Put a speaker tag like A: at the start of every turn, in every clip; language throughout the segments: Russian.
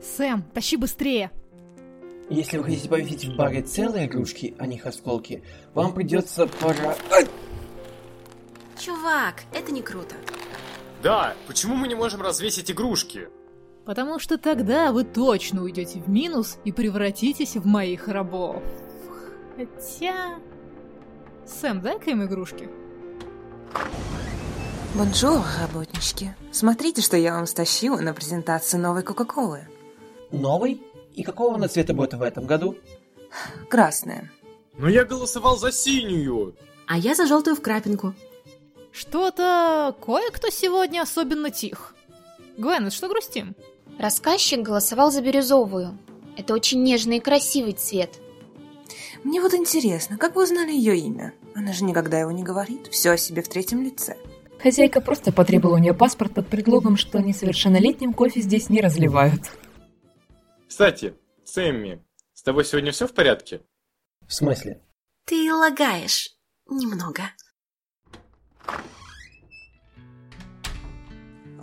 A: Сэм, тащи быстрее!
B: Если вы хотите повесить в баре целые игрушки, а не их осколки, вам придется пора... Ай!
C: Чувак, это не круто.
D: Да, почему мы не можем развесить игрушки?
A: Потому что тогда вы точно уйдете в минус и превратитесь в моих рабов. Хотя... Сэм, дай-ка им игрушки.
E: Бонжур, работнички. Смотрите, что я вам стащила на презентацию новой Кока-Колы.
B: Новый? И какого она цвета будет в этом году?
E: Красная.
D: Но Ну, я голосовал за синюю.
C: А я за желтую в крапинку.
A: Что-то кое-кто сегодня особенно тих. Гвен, что грустим?
F: Рассказчик голосовал за бирюзовую. Это очень нежный и красивый цвет.
E: Мне вот интересно, как вы узнали ее имя? Она же никогда его не говорит, все о себе в третьем лице.
G: Хозяйка просто потребовала у нее паспорт под предлогом, что несовершеннолетним кофе здесь не разливают.
D: Кстати, Сэмми, с тобой сегодня все в порядке?
B: В смысле?
C: Ты лагаешь. Немного.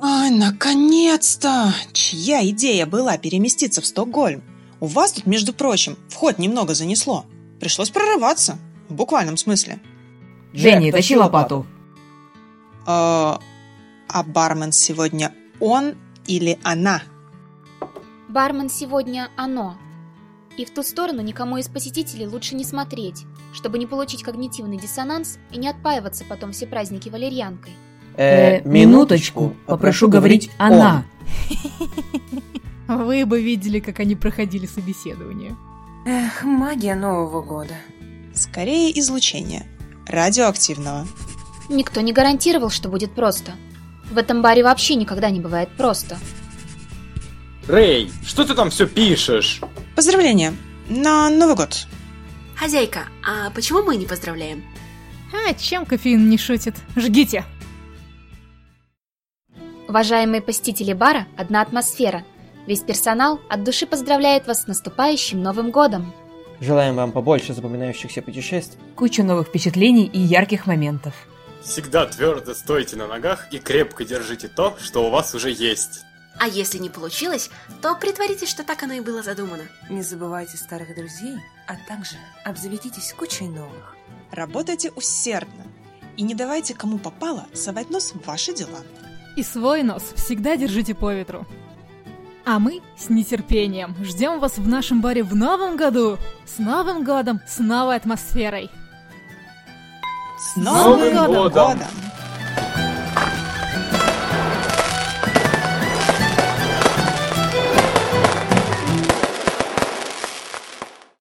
H: Ай, наконец-то! Чья идея была переместиться в Стокгольм? У вас тут, между прочим, вход немного занесло. Пришлось прорываться. В буквальном смысле.
G: Дженни, тащи лопату.
H: Э, а бармен сегодня он или она?
F: Бармен сегодня оно. И в ту сторону никому из посетителей лучше не смотреть, чтобы не получить когнитивный диссонанс и не отпаиваться потом все праздники валерьянкой.
G: Э, минуточку, попрошу говорить она.
A: Вы бы видели, как они проходили собеседование.
E: Эх, магия Нового года.
H: Скорее излучение. Радиоактивного.
F: Никто не гарантировал, что будет просто. В этом баре вообще никогда не бывает просто.
D: Рэй, что ты там все пишешь?
H: Поздравления! На Новый год!
C: Хозяйка, а почему мы не поздравляем?
A: А чем кофеин не шутит? Жгите!
F: Уважаемые посетители бара, одна атмосфера. Весь персонал от души поздравляет вас с наступающим Новым годом.
B: Желаем вам побольше запоминающихся путешествий.
G: Кучу новых впечатлений и ярких моментов.
D: Всегда твердо стойте на ногах и крепко держите то, что у вас уже есть.
C: А если не получилось, то притворитесь, что так оно и было задумано.
E: Не забывайте старых друзей, а также обзаведитесь кучей новых.
H: Работайте усердно и не давайте кому попало совать нос в ваши дела.
A: И свой нос всегда держите по ветру. А мы с нетерпением ждем вас в нашем баре в новом году. С Новым годом, с новой атмосферой.
H: С
A: Новым
H: Новым
A: годом!
H: годом!